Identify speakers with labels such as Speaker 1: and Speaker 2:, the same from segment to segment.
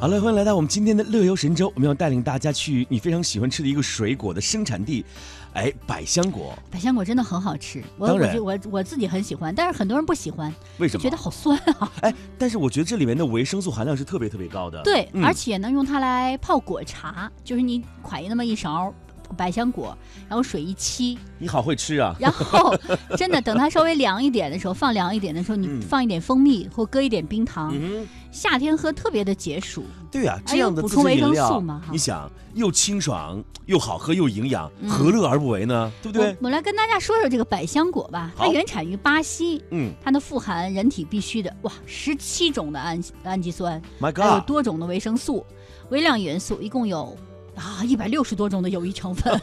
Speaker 1: 好了，欢迎来到我们今天的乐游神州。我们要带领大家去你非常喜欢吃的一个水果的生产地，哎，百香果。
Speaker 2: 百香果真的很好吃，我
Speaker 1: 当
Speaker 2: 我
Speaker 1: 然
Speaker 2: 就我我自己很喜欢，但是很多人不喜欢，
Speaker 1: 为什么
Speaker 2: 觉得？好酸 啊。
Speaker 1: 哎，但是我觉得这里面的维生素含量是特别特别高的。
Speaker 2: 对，
Speaker 1: 嗯
Speaker 2: 而且能用它来泡果茶，就是你㧟那么一勺百香果，然后水一沏，
Speaker 1: 你好会吃啊！
Speaker 2: 然后真的等它稍微凉一点的时候，放凉一点的时候，
Speaker 1: 嗯
Speaker 2: 你放一点蜂蜜或搁一点冰糖，
Speaker 1: 嗯
Speaker 2: 夏天喝特别的解暑。
Speaker 1: 哼，对呀、啊，
Speaker 2: 哎
Speaker 1: 这样的
Speaker 2: 又补
Speaker 1: 自
Speaker 2: 充
Speaker 1: 制
Speaker 2: 维
Speaker 1: 饮
Speaker 2: 生
Speaker 1: 料
Speaker 2: 素嘛，哈
Speaker 1: 你想又清爽又好喝又营养，
Speaker 2: 嗯
Speaker 1: 何乐而不为呢？对不对
Speaker 2: 我？我来跟大家说说这个百香果吧，它
Speaker 1: 好
Speaker 2: 原产于巴西，
Speaker 1: 嗯
Speaker 2: 它的富含人体必需的哇十七种的氨氨基酸，
Speaker 1: ，My
Speaker 2: 还有
Speaker 1: God，
Speaker 2: 多种的维生素、微量元素，一共有啊一百六十多种的有益成 分。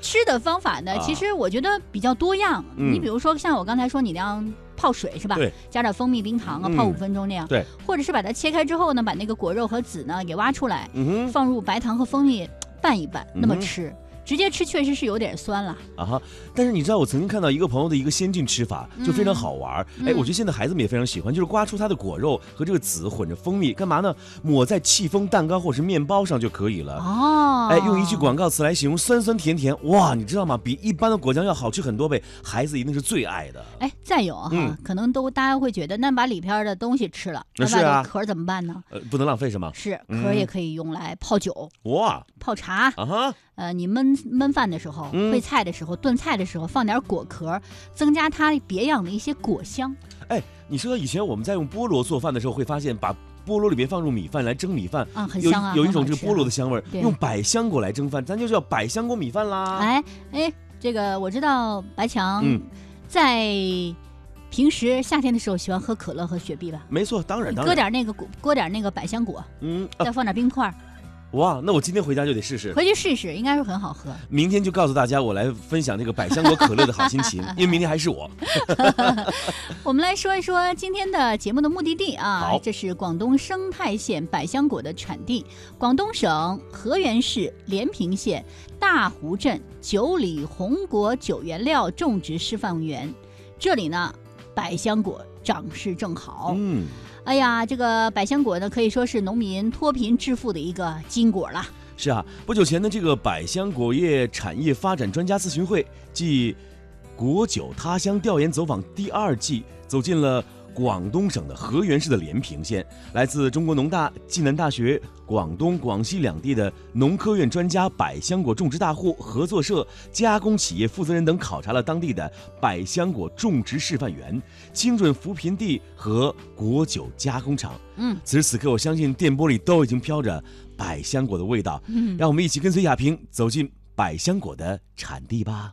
Speaker 2: 吃的方法呢
Speaker 1: 啊，
Speaker 2: 其实我觉得比较多样。
Speaker 1: 嗯
Speaker 2: 你比如说像我刚才说你那样泡水是吧
Speaker 1: 对？
Speaker 2: 加点蜂蜜、冰糖啊，
Speaker 1: 嗯
Speaker 2: 泡五分钟那样。
Speaker 1: 对。
Speaker 2: 或者是把它切开之后呢，把那个果肉和籽呢给挖出来，
Speaker 1: 嗯
Speaker 2: 放入白糖和蜂蜜拌一拌，那么
Speaker 1: 嗯
Speaker 2: 吃。直接吃确实是有点酸了，
Speaker 1: 哼啊哈，但是你知道我曾经看到一个朋友的一个先进吃法，就非常好玩儿。哎，
Speaker 2: 嗯
Speaker 1: 我觉得现在孩子们也非常喜欢，就是刮出它的果肉和这个籽混着蜂蜜，干嘛呢？抹在戚风蛋糕或是面包上就可以了。
Speaker 2: 哦，
Speaker 1: 哎，用一句广告词来形容酸酸甜甜，哇，你知道吗？比一般的果酱要好吃很多倍，孩子一定是最爱的。
Speaker 2: 哎，再有啊哈，
Speaker 1: 嗯
Speaker 2: 可能都大家会觉得，那把里边儿的东西吃了，
Speaker 1: 那
Speaker 2: 那
Speaker 1: 是
Speaker 2: 外
Speaker 1: 啊
Speaker 2: 头壳儿怎么办呢？
Speaker 1: 呃，不能浪费是吗？
Speaker 2: 是
Speaker 1: 嗯
Speaker 2: 壳儿也可以用来泡酒、
Speaker 1: 哇
Speaker 2: 泡茶。
Speaker 1: 啊哈，
Speaker 2: 呃，你焖焖饭的时候、
Speaker 1: 嗯
Speaker 2: 烩菜的时候、炖菜的时候放点果壳儿，增加它别样的一些果香。
Speaker 1: 哎，你说以前我们在用菠萝做饭的时候，会发现把菠萝里面放入米饭来蒸米饭。
Speaker 2: 啊，很
Speaker 1: 有
Speaker 2: 香啊，
Speaker 1: 有一
Speaker 2: 很
Speaker 1: 种
Speaker 2: 好
Speaker 1: 这个
Speaker 2: 吃
Speaker 1: 菠萝
Speaker 2: 啊
Speaker 1: 的香味儿，
Speaker 2: 对
Speaker 1: 用百香果来蒸饭，咱就叫百香果米饭啦。
Speaker 2: 哎哎，这个我知道，白强、
Speaker 1: 嗯
Speaker 2: 在平时夏天的时候喜欢喝可乐和雪碧吧？
Speaker 1: 没错，当然
Speaker 2: 你
Speaker 1: 当
Speaker 2: 搁
Speaker 1: 然，
Speaker 2: 点儿那个果，搁点儿那个百香果，
Speaker 1: 嗯、啊
Speaker 2: 再放点儿冰块儿，
Speaker 1: 哇，那我今天回家就得试试，
Speaker 2: 回去试试，应该是很好喝。
Speaker 1: 明天就告诉大家我来分享这个百香果可乐的好心 情，因为明天还是我。
Speaker 2: 我们来说一说今天的节目的目的地啊
Speaker 1: 好，
Speaker 2: 这是广东生态县百香果的产地，广东省河源市连平县大湖镇九里红果酒原料种植示范园。这里呢，百香果长势正好。
Speaker 1: 嗯，
Speaker 2: 哎呀，这个百香果呢，可以说是农民脱贫致富的一个金果了。
Speaker 1: 是啊，不久前呢，这个百香果业产业发展专家咨询会即国酒他乡调研走访第二季走进了。广东省的河源市的连平县，来自中国农大、暨南大学、广东、广西两地的农科院专家、百香果种植大户、合作社、加工企业负责人等考察了当地的百香果种植示范园、精准扶贫地和果酒加工厂。
Speaker 2: 嗯
Speaker 1: 此时此刻，我相信电波里都已经飘着百香果的味道。
Speaker 2: 嗯，
Speaker 1: 让我们一起跟随亚萍走进百香果的产地吧。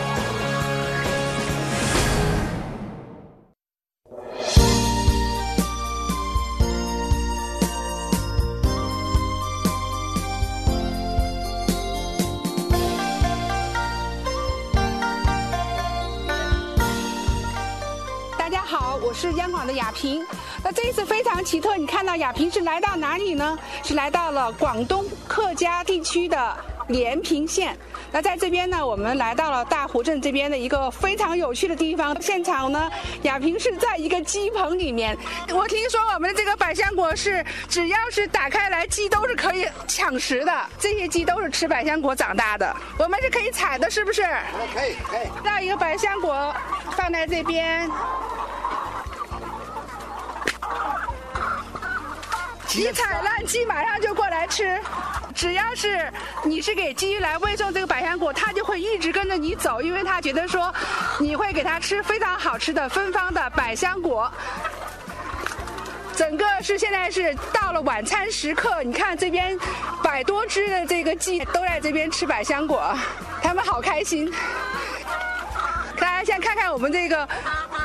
Speaker 3: 大家好，我是央广的亚萍。那这一次非常奇特，你看到亚萍是来到哪里呢？是来到了广东客家地区的连平县。那在这边呢，我们来到了大湖镇这边的一个非常有趣的地方。现场呢，亚萍是在一个鸡棚里面。我听说我们的这个百香果是，只要是打开来，鸡都是可以抢食的。这些鸡都是吃百香果长大的，我们是可以采的，是不是？
Speaker 4: 哎可以可以，
Speaker 3: 那一个百香果放在这边，你采了，鸡马上就过来吃。只要是你是给鸡来喂送这个百香果，它就会一直跟着你走，因为它觉得说你会给它吃非常好吃的芬芳的百香果。整个是现在是到了晚餐时刻，你看这边百多只的这个鸡都在这边吃百香果，它们好开心。大家先看看我们这个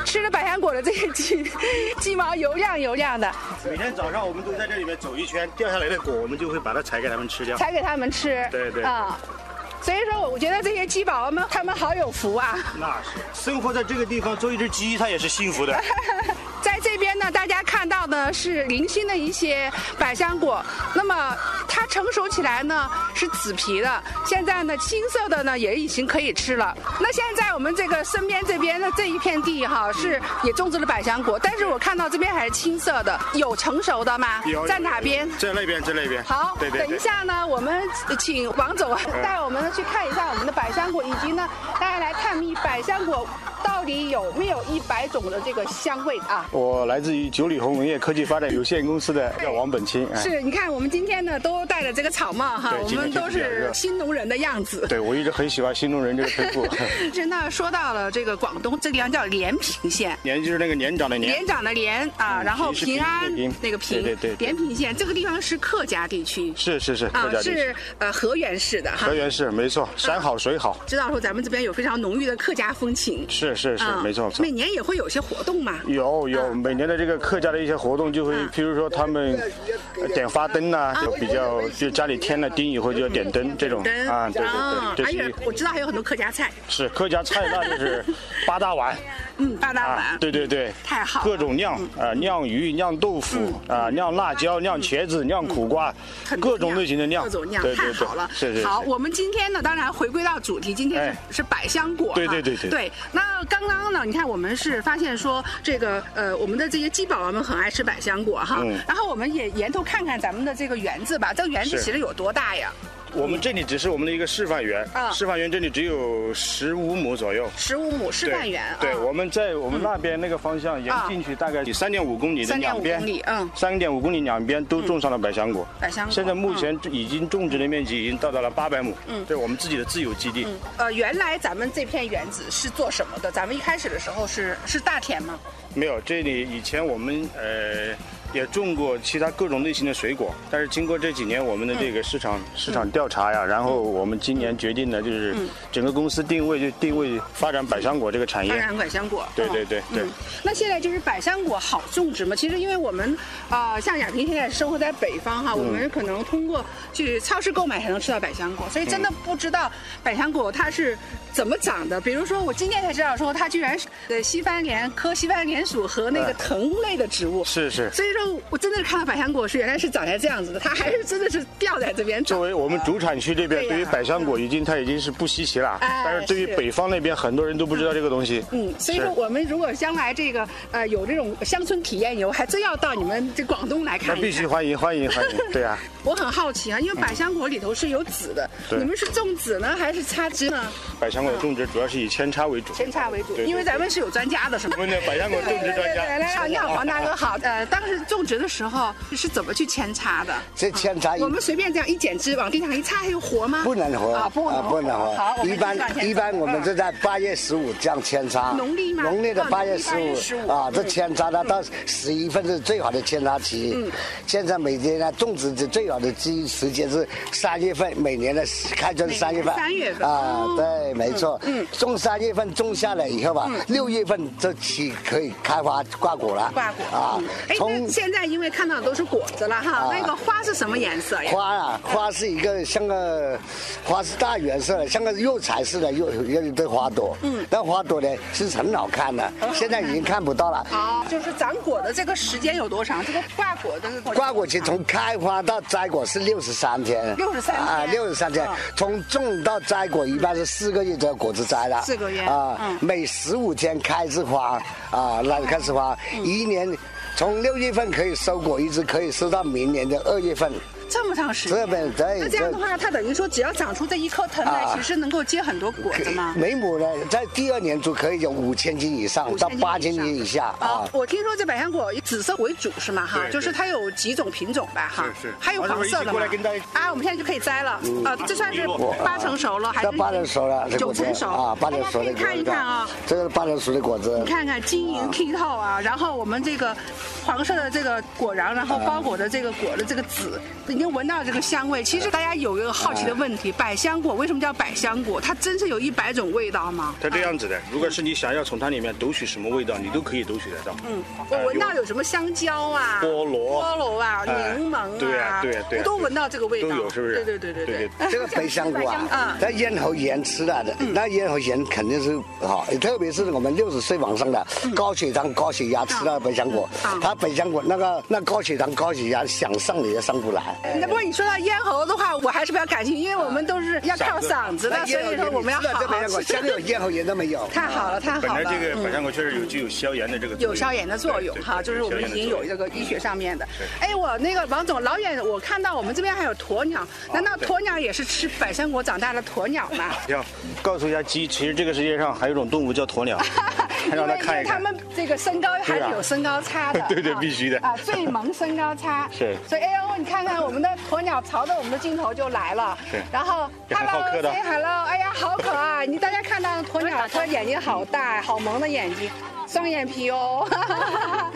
Speaker 3: 吃了百香果的这个鸡，鸡毛油亮油亮的，
Speaker 4: 每天早上我们都在这里面走一圈，掉下来的果我们就会把它采给他们吃掉。
Speaker 3: 才给他们吃。
Speaker 4: 对对
Speaker 3: 啊、所以说我我觉得这些鸡宝宝们他们好有福啊，
Speaker 4: 那是生活在这个地方做一只鸡，它也是幸福的。
Speaker 3: 在这边呢，大家看到的是零星的一些百香果，那么它成熟起来呢是紫皮的，现在呢青色的呢也已经可以吃了。那现在我们这个身边这边的这一片地哈是也种植了百香果，但是我看到这边还是青色的，有成熟的吗
Speaker 4: 有？有
Speaker 3: 在哪边？
Speaker 4: 在那边，在那边。
Speaker 3: 好，
Speaker 4: 对对
Speaker 3: 等一
Speaker 4: 对。
Speaker 3: 下呢，我们请王总啊
Speaker 4: 嗯
Speaker 3: 带我们呢去看一下我们的百香果，以及呢大家来探秘百香果到底有没有一百种的这个香味啊。
Speaker 4: 我来自于九里红农业科技发展有限公司的叫王本清。哎，
Speaker 3: 是，你看我们今天呢都戴着这个草帽哈，
Speaker 4: 对
Speaker 3: 我
Speaker 4: 今天
Speaker 3: 们都
Speaker 4: 天气比较
Speaker 3: 是
Speaker 4: 热
Speaker 3: 新农人的样子。
Speaker 4: 对我一直很喜欢新农人这个称呼，
Speaker 3: 是，那说到了这个广东这个地方叫连平县。
Speaker 4: 年就是那个年长的年。
Speaker 3: 连长的连啊，
Speaker 4: 嗯
Speaker 3: 然后
Speaker 4: 平是
Speaker 3: 平
Speaker 4: 平
Speaker 3: 安
Speaker 4: 对平
Speaker 3: 那个平，
Speaker 4: 对对对对
Speaker 3: 连平县这个地方是客家地区
Speaker 4: 是是是，客
Speaker 3: 啊
Speaker 4: 家，地区。
Speaker 3: 是呃河源市的哈
Speaker 4: 河。源市没错，山好水好。
Speaker 3: 知道说咱们这边有非常浓郁的客家风情，
Speaker 4: 是是是
Speaker 3: 啊，
Speaker 4: 没错啊没错
Speaker 3: 每。年也会有些活动嘛，
Speaker 4: 有有，
Speaker 3: 嗯
Speaker 4: 每年的这个客家的一些活动，就会譬如说他们呃点花灯呐、
Speaker 3: 啊
Speaker 4: 就比较就家里添了丁以后就要点灯这种
Speaker 3: 灯
Speaker 4: 啊，对
Speaker 3: 啊
Speaker 4: 对对，这
Speaker 3: 而
Speaker 4: 是一
Speaker 3: 且
Speaker 4: 个
Speaker 3: 我知道还有很多客家菜，
Speaker 4: 是客家菜，那就是八大碗啊
Speaker 3: 嗯，八大碗，
Speaker 4: 啊，对对对，
Speaker 3: 太好了嗯
Speaker 4: 各种酿啊，酿鱼、酿豆腐啊，酿辣椒、酿茄子、酿苦瓜
Speaker 3: 嗯很，多
Speaker 4: 各种类型的酿，
Speaker 3: 各种酿，
Speaker 4: 对对
Speaker 3: 太好了
Speaker 4: 对，。是是
Speaker 3: 好，
Speaker 4: 是，
Speaker 3: 我们今天呢，当然回归到主题，今天
Speaker 4: 哎
Speaker 3: 是是百香果哈，
Speaker 4: 对对对对
Speaker 3: 对。那刚刚呢，你看我们是发现说这个呃，我们的这些鸡宝宝们很爱吃百香果哈
Speaker 4: 嗯，
Speaker 3: 然后我们也沿途看看咱们的这个园子吧，这个园子
Speaker 4: 是
Speaker 3: 其实有多大呀？
Speaker 4: 我们这里只是我们的一个示范园
Speaker 3: 啊，
Speaker 4: 示范园这里只有十五亩左右。
Speaker 3: 十五亩示
Speaker 4: 对
Speaker 3: 范园，
Speaker 4: 对，
Speaker 3: 啊
Speaker 4: 我们在我们那边那个方向沿
Speaker 3: 啊
Speaker 4: 进去大概三点五公里的
Speaker 3: 3.5
Speaker 4: 两边
Speaker 3: 公里，嗯
Speaker 4: 三点五公里两边都种上了百香果。
Speaker 3: 百香果
Speaker 4: 现在目
Speaker 3: 嗯
Speaker 4: 前已经种植的面积已经到达了八百亩，嗯，这是我们自己的自有基地。
Speaker 3: 呃，原来咱们这片园子是做什么的？咱们一开始的时候是是大田吗？
Speaker 4: 没有，这里以前我们呃也种过其他各种类型的水果，但是经过这几年我们的这个市场、
Speaker 3: 嗯
Speaker 4: 市场调查呀，然后我们今年决定呢，就是整个公司定位就定位发展百香果这个产业。
Speaker 3: 当然百香果。
Speaker 4: 哎对
Speaker 3: 嗯
Speaker 4: 对对对
Speaker 3: 嗯，那现在就是百香果好种植吗？其实因为我们，呃，像亚萍现在生活在北方
Speaker 4: 嗯
Speaker 3: 哈，我们可能通过去超市购买才能吃到百香果，所以真的不知道百香果它是怎么长的。比如说我今天才知道说它居然是呃西番莲科西番莲属和那个
Speaker 4: 嗯
Speaker 3: 藤类的植物。
Speaker 4: 是是。
Speaker 3: 所以说，我真的看到百香果是原来是长成这样子的，它还是真的是吊在这边长
Speaker 4: 作为我们主产区这边
Speaker 3: 对，呀
Speaker 4: 对于百香果已经它已经是不稀奇了，
Speaker 3: 哎
Speaker 4: 但是对于
Speaker 3: 是
Speaker 4: 北方那边很多人都不知道这个东西。
Speaker 3: 嗯，所以说
Speaker 4: 是
Speaker 3: 我们如果将来这个呃有这种乡村体验游，还真要到你们这广东来
Speaker 4: 那
Speaker 3: 看一
Speaker 4: 必须
Speaker 3: 看。
Speaker 4: 欢迎欢迎欢迎，对啊，
Speaker 3: 我很好奇啊，因为百香果里头是有籽的，
Speaker 4: 嗯对
Speaker 3: 你们是种籽呢还是插枝呢？
Speaker 4: 百香果种植主要是以扦插为主。
Speaker 3: 扦插为主，
Speaker 4: 对对
Speaker 3: 因为咱们是有专家的，是吗
Speaker 4: 我？们的百香果种植 专家，
Speaker 3: 来来来，你好，黄大哥好。呃，当时种植的时候是怎么去扦插的？
Speaker 5: 这扦啊插一
Speaker 3: 我们随便这样一剪枝往地上一插，还有活吗？
Speaker 5: 不能活
Speaker 3: 啊，不能活
Speaker 5: 不能
Speaker 3: 好我
Speaker 5: 活。
Speaker 3: 们
Speaker 5: 一
Speaker 3: 知道扦插
Speaker 5: 般一般我们是在八月十五这样扦插，
Speaker 3: 嗯农历吗
Speaker 5: 农历的
Speaker 3: 啊
Speaker 5: 八月
Speaker 3: 农历8月
Speaker 5: 十
Speaker 3: 15
Speaker 5: 五啊，这
Speaker 3: 嗯
Speaker 5: 扦插呢到十一份是最好的扦插期。嗯，现在每年呢种植的最好的机时间是三月份，每年的开春三月份。
Speaker 3: 每年三月份
Speaker 5: 啊
Speaker 3: 哦，
Speaker 5: 对，没错。
Speaker 3: 嗯
Speaker 5: 嗯，种三月份种下来以后吧，六月份这期可以开花挂果了。
Speaker 3: 挂果
Speaker 5: 啊
Speaker 3: 嗯，哎，那
Speaker 5: 从
Speaker 3: 现在因为看到的都是果子了哈，
Speaker 5: 啊
Speaker 3: 那个花是什么颜色呀？
Speaker 5: 花啊，花是一个像个，花是大圆色的，像个药材似的，又又一对花朵。嗯，那花朵呢是很好看的，
Speaker 3: 哦
Speaker 5: 现在已经看不到了。
Speaker 3: 好，就是长果的这个时间有多长？这个挂果的
Speaker 5: 瓜果期从开花到摘果是六十三天，
Speaker 3: 63天
Speaker 5: 啊，六十三天
Speaker 3: 嗯，
Speaker 5: 从种到摘果一般是四个月就要果子摘了，
Speaker 3: 四个月嗯
Speaker 5: 啊，每十五天开一次花，啊，那开始花，
Speaker 3: 嗯
Speaker 5: 一年从六月份可以收果，一直可以收到明年的二月份，
Speaker 3: 这么长时间，
Speaker 5: 这边对。
Speaker 3: 那这样的
Speaker 5: 对
Speaker 3: 话，它等于说只要长出这一颗藤来，
Speaker 5: 啊嗯
Speaker 3: 其实能够结很多果子吗？
Speaker 5: 每亩呢，在第二年就可以有五千斤以上到八千斤以下
Speaker 3: 啊
Speaker 5: 啊，。
Speaker 3: 我听说这百香果以紫色为主是吗？哈，
Speaker 4: 对
Speaker 3: 就是它有几种品种吧？哈，
Speaker 4: 是是
Speaker 3: 还有黄色的
Speaker 4: 王师傅一起
Speaker 3: 吗
Speaker 4: 过来跟大家？
Speaker 3: 啊，我们现在就可以摘了。啊，这算是八成熟了还是
Speaker 5: 嗯这八成熟了，这
Speaker 3: 九
Speaker 5: 果子
Speaker 3: 成熟
Speaker 5: 啊，八成熟
Speaker 3: 大
Speaker 5: 的
Speaker 3: 家可以看一
Speaker 5: 果子
Speaker 3: 看啊。
Speaker 5: 这个是八成熟的果子
Speaker 4: 啊
Speaker 3: 你，看看晶莹剔透啊，然后我们这个黄色的这个果瓤，然后包裹着这个果的这个籽，已经闻到这个香味。其实大家有一个好奇的问题：百香果为什么叫百香果？它真是有一百种味道吗？
Speaker 4: 它这样子的，如果是你想要从它里面读取什么味道，你都可以读取得到。呃
Speaker 3: 嗯，我闻到有什么香蕉啊、
Speaker 4: 哎菠萝
Speaker 3: 菠萝啊、
Speaker 4: 哎
Speaker 3: 柠檬啊，
Speaker 4: 对啊对啊对
Speaker 3: 我
Speaker 4: 啊
Speaker 3: 都闻到这个味道，
Speaker 4: 都有是不是
Speaker 3: 对对对对
Speaker 4: 对
Speaker 3: 对
Speaker 4: 对。
Speaker 5: 这个北香菇
Speaker 3: 嗯
Speaker 5: 啊，它咽喉炎吃了的，那咽喉炎肯定是好，哎特别是我们六十岁往上的高血糖、高血压吃了北香果
Speaker 3: 嗯，
Speaker 5: 它北香果那个那高血糖、高血压想上也上不来。
Speaker 3: 哎那不过你说到咽喉的话，我还是比较感兴趣，因为我们都是要靠嗓子的，所以说我们要
Speaker 5: 吃了
Speaker 3: 好
Speaker 5: 这北
Speaker 3: 好
Speaker 5: 香果，
Speaker 3: 吃
Speaker 5: 家。里有咽喉炎都没有。
Speaker 3: 太好了，太
Speaker 4: 本
Speaker 3: 好
Speaker 4: 来
Speaker 3: 了。
Speaker 4: 这个百
Speaker 3: 嗯
Speaker 4: 香果确实有具有消炎的这个作用
Speaker 3: 有消炎的作用
Speaker 4: 对对
Speaker 3: 哈，
Speaker 4: 对
Speaker 3: 就是我们已经有
Speaker 4: 消炎的作
Speaker 3: 这
Speaker 4: 用
Speaker 3: 个医学上面的
Speaker 4: 对。
Speaker 3: 哎，我那个王总，老远我看到我们这边还有鸵鸟，难
Speaker 4: 啊
Speaker 3: 道鸵鸟也是吃百香果长大的鸵鸟吗？
Speaker 4: 像告诉一下鸡，其实这个世界上还有一种动物叫 鸵鸟，
Speaker 3: 因
Speaker 4: 让
Speaker 3: 为
Speaker 4: 他
Speaker 3: 因为
Speaker 4: 看一
Speaker 3: 他
Speaker 4: 看。
Speaker 3: 们这个身高还
Speaker 4: 对
Speaker 3: 是
Speaker 4: 啊
Speaker 3: 有身高差 的，
Speaker 4: 对对
Speaker 3: 啊
Speaker 4: 必须的
Speaker 3: 啊，最萌身高差
Speaker 4: 是
Speaker 3: 所以哎呦，你看看我们的鸵鸟朝着我们的镜头就来了，
Speaker 4: 是
Speaker 3: 然后
Speaker 4: 也很
Speaker 3: hello
Speaker 4: 好客的
Speaker 3: say hello，哎呀，好可爱！你大家看到鸵鸟，它眼睛好大，好萌的眼睛。双眼皮哦，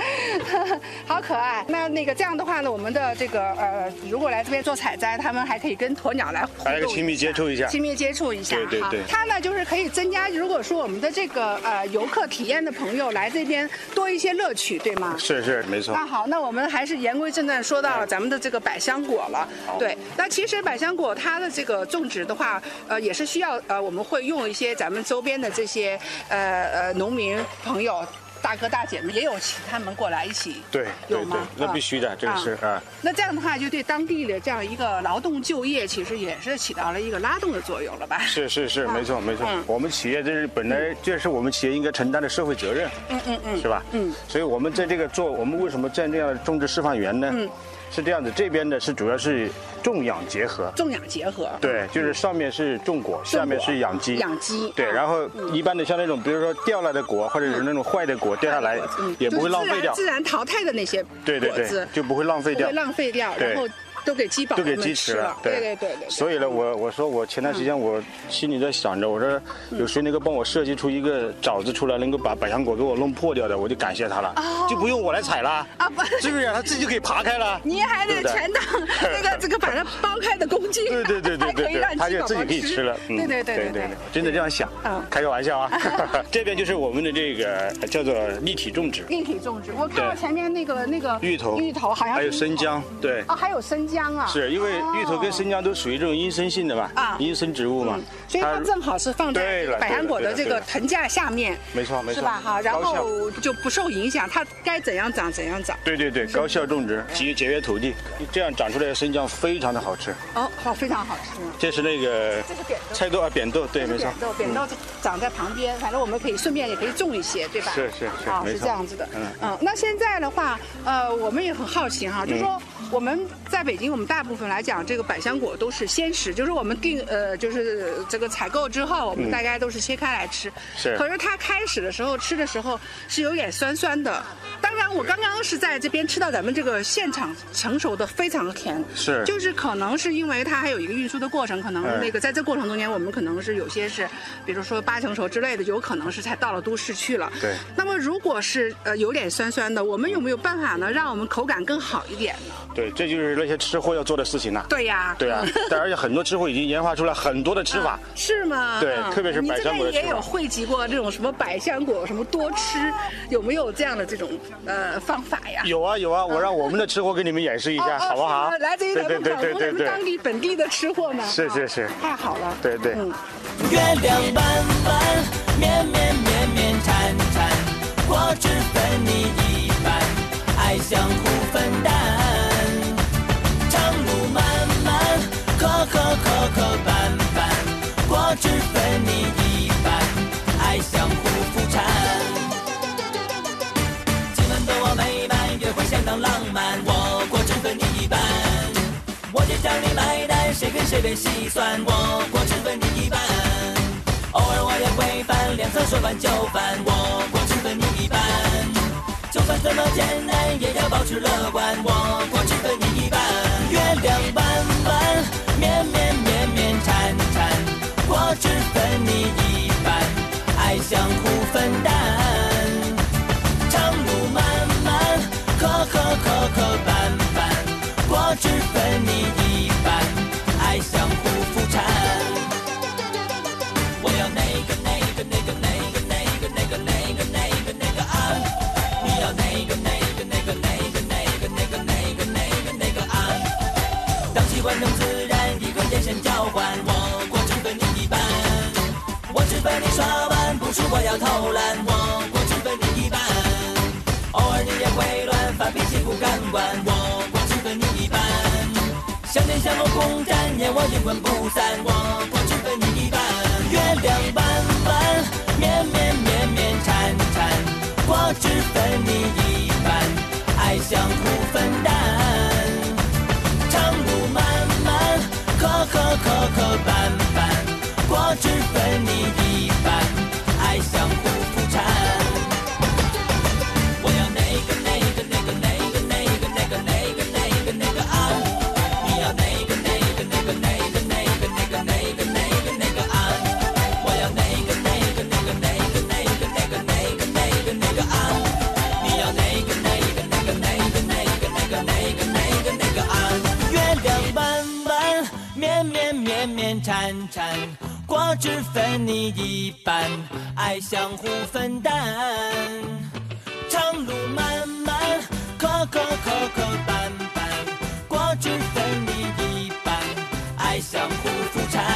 Speaker 3: 好可爱。那那个这样的话呢，我们的这个呃，如果来这边做采摘，他们还可以跟鸵鸟来互动
Speaker 4: 来个
Speaker 3: 一
Speaker 4: 亲密
Speaker 3: 下
Speaker 4: 接触一下
Speaker 3: 亲密接触一下哈。
Speaker 4: 对对对
Speaker 3: 它呢就是可以增加，如果说我们的这个呃游客体验的朋友来这边多一些乐趣，对吗？
Speaker 4: 是哎是没错
Speaker 3: 那，好，那我们还是言归正传，说到咱们的这个百香果了。对，那其实百香果它的这个种植的话，呃，也是需要呃，我们会用一些咱们周边的这些呃呃农民朋友。大哥大姐们也有请他们过来一起，
Speaker 4: 对
Speaker 3: 有
Speaker 4: 对
Speaker 3: 吗
Speaker 4: 对？，那必须的，这个是啊，
Speaker 3: 那这样的话，就对当地的这样一个劳动就业，其实也是起到了一个拉动的作用了吧？
Speaker 4: 是是是没错没错
Speaker 3: 嗯，
Speaker 4: 我们企业这是本来这是我们企业应该承担的社会责任，嗯嗯嗯，是吧？嗯，所以我们在这个做，我们为什么在这样的种植示范园呢？嗯，是这样子，这边的是主要是种养结合，
Speaker 3: 种养结合，
Speaker 4: 对，就是上面是种果，下面是养鸡，
Speaker 3: 养鸡，
Speaker 4: 对，
Speaker 3: 啊
Speaker 4: 然后一般的像那种，比如说掉了的果，或者是那种坏的果掉下来，也不会浪费掉
Speaker 3: 嗯就是自然自，然淘汰的那些
Speaker 4: 对对
Speaker 3: 果
Speaker 4: 对
Speaker 3: 子，
Speaker 4: 就不会浪费
Speaker 3: 不
Speaker 4: 掉
Speaker 3: 会。浪费掉，
Speaker 4: 对
Speaker 3: 然后都给鸡宝宝
Speaker 4: 都给
Speaker 3: 们
Speaker 4: 鸡
Speaker 3: 吃
Speaker 4: 吃了，
Speaker 3: 对对对嗯对。
Speaker 4: 所以呢，我我说我前段时间我心里在想着，我说有谁能够帮我设计出一个枣子出来，能够把百香果给我弄破掉的，我就感谢他了，就不用我来采了，
Speaker 3: 哦啊不
Speaker 4: 是不是？他自己就可以爬开了。
Speaker 3: 你还得
Speaker 4: 对不对
Speaker 3: 全当那个这个把它剥开的工 具，
Speaker 4: 对对对对
Speaker 3: 还可
Speaker 4: 对
Speaker 3: 以让
Speaker 4: 对，
Speaker 3: 鸡
Speaker 4: 他就
Speaker 3: 宝
Speaker 4: 自己
Speaker 3: 宝
Speaker 4: 可以吃了。嗯
Speaker 3: 对对对
Speaker 4: 对
Speaker 3: 对
Speaker 4: 对，真的这样想
Speaker 3: 嗯，
Speaker 4: 开个玩 笑啊。这边就是我们的这个叫做立体种植，
Speaker 3: 立体种植。我看到
Speaker 4: 对
Speaker 3: 前面那个那个
Speaker 4: 芋头，
Speaker 3: 芋头好像
Speaker 4: 还有
Speaker 3: 是芋
Speaker 4: 生
Speaker 3: 头
Speaker 4: 姜，对。
Speaker 3: 哦，还有生姜啊，
Speaker 4: 是因为芋头跟
Speaker 3: 哦
Speaker 4: 生姜都属于这种阴生性的嘛，
Speaker 3: 啊
Speaker 4: 阴生植物嘛，
Speaker 3: 所以它正好是放在
Speaker 4: 对了
Speaker 3: 百香果的这
Speaker 4: 对了
Speaker 3: 个
Speaker 4: 对了
Speaker 3: 藤架下面，
Speaker 4: 没错没错，
Speaker 3: 是吧？哈，然
Speaker 4: 高效
Speaker 3: 后就不受影响，它该怎样长怎样长。
Speaker 4: 对对对，高效种植，节节约土地，这样长出来的生姜非常的好吃。
Speaker 3: 哦，好，非常好吃。
Speaker 4: 这是那个
Speaker 3: 这是扁豆
Speaker 4: 菜豆啊，扁豆，对，没错嗯
Speaker 3: 扁，豆，扁豆就长在旁边，反正我们可以顺便也可以种一些，对吧？
Speaker 4: 是是是
Speaker 3: 啊，
Speaker 4: 没
Speaker 3: 是
Speaker 4: 错
Speaker 3: 这样子的。嗯
Speaker 4: 嗯
Speaker 3: 那现在的话，呃，我们也很好奇哈，就说我们在北京，我们大部分来讲，这个百香果都是鲜食，就是我们定呃，就是这个采购之后，我们大概都是切开来吃。
Speaker 4: 嗯是
Speaker 3: 可是它开始的时候吃的时候是有点酸酸的，当然我刚刚是在这边吃到咱们这个现场成熟的，非常甜。
Speaker 4: 是
Speaker 3: 就是可能是因为它还有一个运输的过程，可能
Speaker 4: 哎
Speaker 3: 那个在这过程中间，我们可能是有些是，比如说八成熟之类的，有可能是才到了都市去了。
Speaker 4: 对
Speaker 3: 那么如果是呃有点酸酸的，我们有没有办法呢，让我们口感更好一点呢？
Speaker 4: 对，这就是那些吃货要做的事情呐。
Speaker 3: 对呀。
Speaker 4: 对 啊，但而且很多吃货已经研发出来很多的吃法，
Speaker 3: 是吗？
Speaker 4: 对
Speaker 3: 嗯
Speaker 4: 特别是百香果的
Speaker 3: 你这边也
Speaker 4: 吃法
Speaker 3: 有汇集过这种什么百香果，什么多吃，有没有这样的这种呃方法呀？
Speaker 4: 有啊有啊，我让我们的吃货给你们演示一
Speaker 3: 哦
Speaker 4: 下，
Speaker 3: 哦
Speaker 4: 好不好
Speaker 3: 是吗？来自于咱
Speaker 4: 对
Speaker 3: 们
Speaker 4: 对
Speaker 3: 广
Speaker 4: 对
Speaker 3: 东
Speaker 4: 对
Speaker 3: 咱们
Speaker 4: 对
Speaker 3: 当
Speaker 4: 对，
Speaker 3: 地本地的吃货们。
Speaker 4: 是
Speaker 3: 啊
Speaker 4: 是是
Speaker 3: 太好了。
Speaker 4: 对对
Speaker 3: 嗯。
Speaker 6: 月亮弯弯，绵绵绵绵缠缠，我只分你一半，爱相互分担。长路漫漫，磕磕磕磕绊绊，我只分你一半，爱相互扶搀。今晚多么美满，约会相当浪漫，我国只分你一半。我爹叫你买单，谁跟谁便细算，我国只分你一半。偶尔我也会犯，两三说翻就翻，我国只分你一半。就算怎么艰难，也要保持乐观，我国只分你一半。月亮弯弯，绵绵绵绵缠缠，我只分你一半，爱相互分担。长路漫漫，磕喜欢弄自然，一个眼神交换，我国只分你一半。我只分你耍弯，不是我要偷懒，我国只分你一半。偶尔你也会乱发脾气，不敢管，我国只分你一半。相见相互共沾，烟我阴魂不散，我国只分你一半。月亮弯弯，绵绵绵绵缠缠，我只分你一半，爱相互分担。长路漫漫，磕磕磕磕绊绊，我只分你一半，爱相互扶搀。我要那个那个那个那个那个那个那个那个那个啊！你要那个那个那个那个那个那个那个那个那个啊！我要那个那个那个那个那个那个那个那个那个啊！你要那个那个那个那个那个那个那个那个那个啊！月亮弯弯，绵绵绵绵缠缠，果汁分你一半，爱相互分担。长路漫漫，磕磕磕磕绊绊，果汁分你一半，爱相互扶搀。